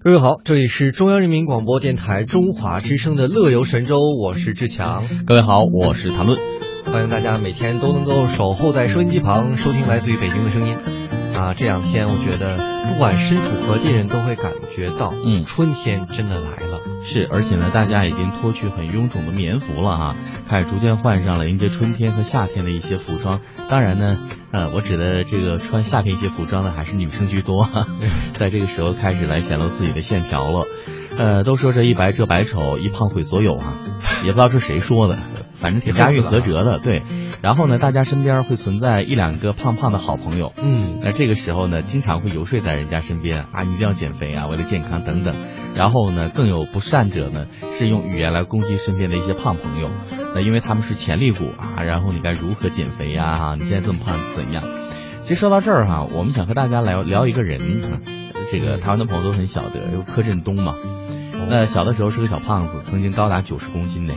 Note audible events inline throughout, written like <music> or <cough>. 各位好，这里是中央人民广播电台中华之声的《乐游神州》，我是志强，各位好，我是谭论。欢迎大家每天都能够守候在收音机旁，收听来自于北京的声音。啊，这两天我觉得，不管身处何地，人都会感觉到，嗯春天真的来了。是，而且呢，大家已经脱去很臃肿的棉服了啊，开始逐渐换上了迎接春天和夏天的一些服装。当然呢，呃，我指的这个穿夏天一些服装的还是女生居多， <laughs> 哈哈在这个时候开始来显露自己的线条了。呃，都说这一白遮百丑，一胖毁所有啊，也不知道是谁说的， <laughs> 反正挺押韵合辙的。对，然后呢，大家身边会存在一两个胖胖的好朋友，嗯，那这个时候呢，经常会游说在人家身边啊，你一定要减肥啊，为了健康等等。然后呢，更有不善者呢，是用语言来攻击身边的一些胖朋友，那因为他们是潜力股啊，然后你该如何减肥呀、啊？你现在这么胖怎样？其实说到这儿哈、我们想和大家聊聊一个人，呃这个台湾的朋友都很晓得，有柯震东嘛。那小的时候是个小胖子，曾经高达九十公斤呢。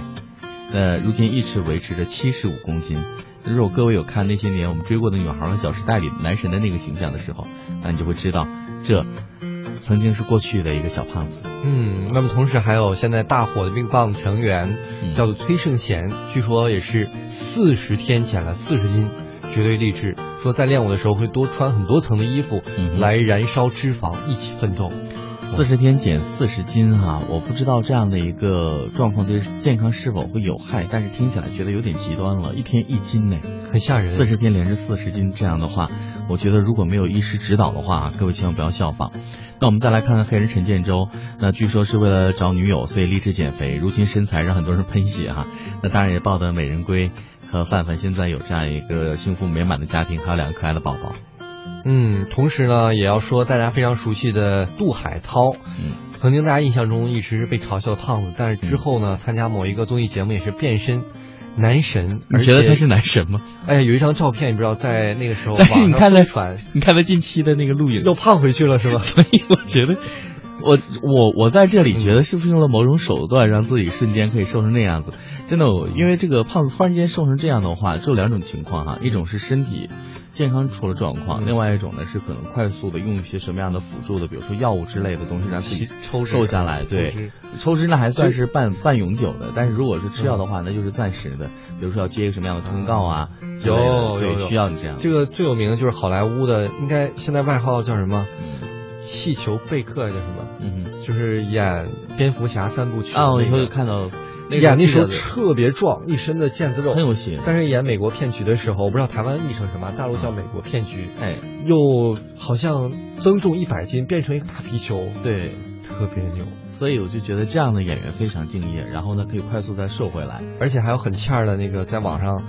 那如今一直维持着七十五公斤。如果各位有看那些年我们追过的女孩和《小时代》里男神的那个形象的时候，那你就会知道，这曾经是过去的一个小胖子。嗯，那么同时还有现在大火的 BigBang 成员嗯叫做崔胜贤，据说也是四十天减了四十斤，绝对励志。说在练舞的时候会多穿很多层的衣服，嗯哼来燃烧脂肪，一起奋斗。四十天减四十斤啊！我不知道这样的一个状况对健康是否会有害，但是听起来觉得有点极端了，一天一斤呢。很吓人。四十天连着四十斤这样的话，我觉得如果没有医师指导的话，各位千万不要效仿。那我们再来看看黑人陈建州，那据说是为了找女友，所以励志减肥，如今身材让很多人喷血哈、那当然也抱得美人归和范范现在有这样一个幸福美满的家庭，还有两个可爱的宝宝。嗯，同时呢，也要说大家非常熟悉的杜海涛，嗯，曾经大家印象中一直是被嘲笑的胖子，但是之后呢，参加某一个综艺节目也是变身男神，而你觉得他且是男神吗？哎，有一张照片，你不知道在那个时候但是网 <laughs> 你上看他疯传，你看他近期的那个录影，又胖回去了是吧？ <laughs> 所以我觉得，我我我在这里觉得是不是用了某种手段让自己瞬间可以瘦成那样子？真的，我因为这个胖子突然间瘦成这样的话，只有两种情况哈，一种是身体健康出了状况，嗯另外一种呢是可能快速的用一些什么样的辅助的，比如说药物之类的东西让自己吸抽脂瘦下来。抽对脂，抽脂那还算是半半永久的，但是如果是吃药的话，那就是暂时的，比如说要接一个什么样的通告啊之类的，有有对，有需要你这样。这个最有名的就是好莱坞的，应该现在外号叫什么？嗯气球贝克叫什么？嗯哼。就是演蝙蝠侠三部曲的啊，我以那后个有看到那个演那记时候者的特别壮，一身的腱子肉，很有型嗯但是演美国骗局的时候，我不知道台湾译成什么，大陆叫美国骗局，哎，又好像增重一百斤，变成一个大皮球，对，特别牛，所以我就觉得这样的演员非常敬业，然后呢可以快速再瘦回来。而且还有很欠儿的那个，在网上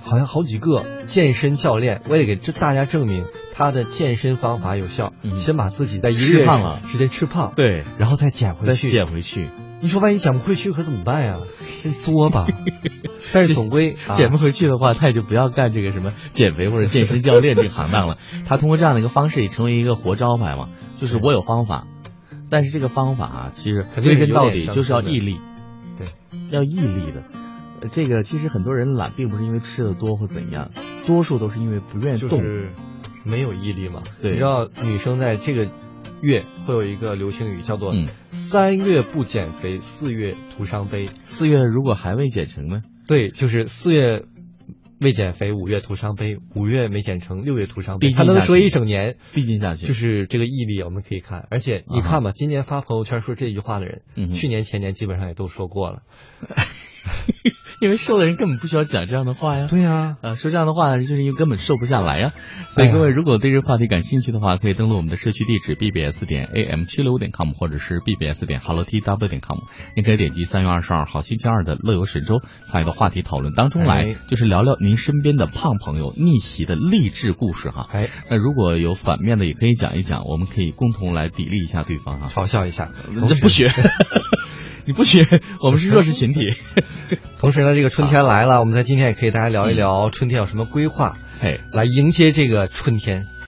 好像好几个健身教练为了给这大家证明他的健身方法有效，嗯先把自己在一个吃月胖了时间吃胖，，对，然后再减回再去，减回去，你说万一减不回去可怎么办 <laughs> 呀？作吧，但是总归啊减不回去的话，他也就不要干这个什么减肥或者健身教练这个行当了。他通过这样的一个方式也成为一个活招牌嘛，就是我有方法，但是这个方法啊，其实肯定归是根有到点底伤就是要身的毅力，对，要毅力的。呃这个其实很多人懒，并不是因为吃的多或怎样，多数都是因为不愿意啊就动。是没有毅力嘛。对你知道女生在这个月会有一个流行语叫做嗯“三月不减肥，四月徒伤悲四月如果还未减成呢？”。对，就是四月未减肥，五月徒伤悲；五月没减成，六月徒伤悲。递进她能下去说一整年，递进下去，就是这个毅力，我们可以看。而且你看吧，今年发朋友圈说这句话的人，啊嗯哼去年前年基本上也都说过了。因为瘦的人根本不需要讲这样的话呀。对呀、呃，说这样的话，就是因为根本瘦不下来呀。所以哎呀各位如果对这个话题感兴趣的话，可以登录我们的社区地址 bbs 点 am 七六点 com 或者是 bbs 点 hello tw 点 com。您可以点击三月二十二号星期二的乐游神州，参与到话题讨论当中来哎，就是聊聊您身边的胖朋友逆袭的励志故事哈。哎，那如果有反面的，也可以讲一讲，我们可以共同来砥砺一下对方哈。嘲笑一下，你这不学， <laughs> 你不学， <laughs> 我们是弱势群体。同时呢，这个春啊天嗯来了，我们在今天也可以大家聊一聊春天有什么规划， <laughs> 嘿。来迎接这个春天。